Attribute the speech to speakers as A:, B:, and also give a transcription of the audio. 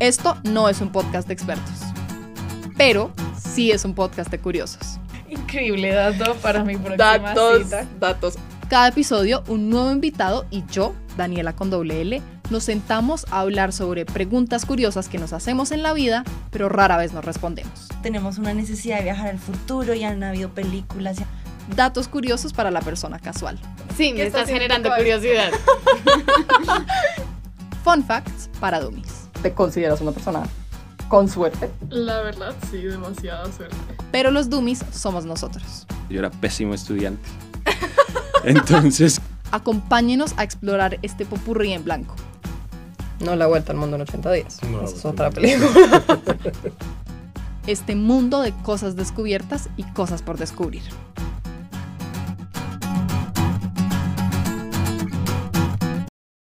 A: Esto no es un podcast de expertos, pero sí es un podcast de curiosos.
B: Increíble dato para mi próxima
C: Datos,
B: cita.
C: datos.
A: Cada episodio, un nuevo invitado y yo, Daniela con doble L, nos sentamos a hablar sobre preguntas curiosas que nos hacemos en la vida, pero rara vez nos respondemos.
D: Tenemos una necesidad de viajar al futuro y han habido películas. y-
A: Datos curiosos para la persona casual.
C: Sí, me
B: ¿Qué
C: estás
B: está haciendo
C: generando
B: tu cabeza?
C: curiosidad.
A: Fun facts para dummies.
C: ¿Te consideras una persona con suerte?
E: La verdad, sí, demasiada suerte.
A: Pero los dummies somos nosotros.
F: Yo era pésimo estudiante. Entonces,
A: Acompáñenos a explorar este popurrí en blanco.
C: No, la vuelta al mundo en 80 días.
G: No, pues,
C: Esa es
G: no.
C: otra película.
A: Este mundo de cosas descubiertas y cosas por descubrir.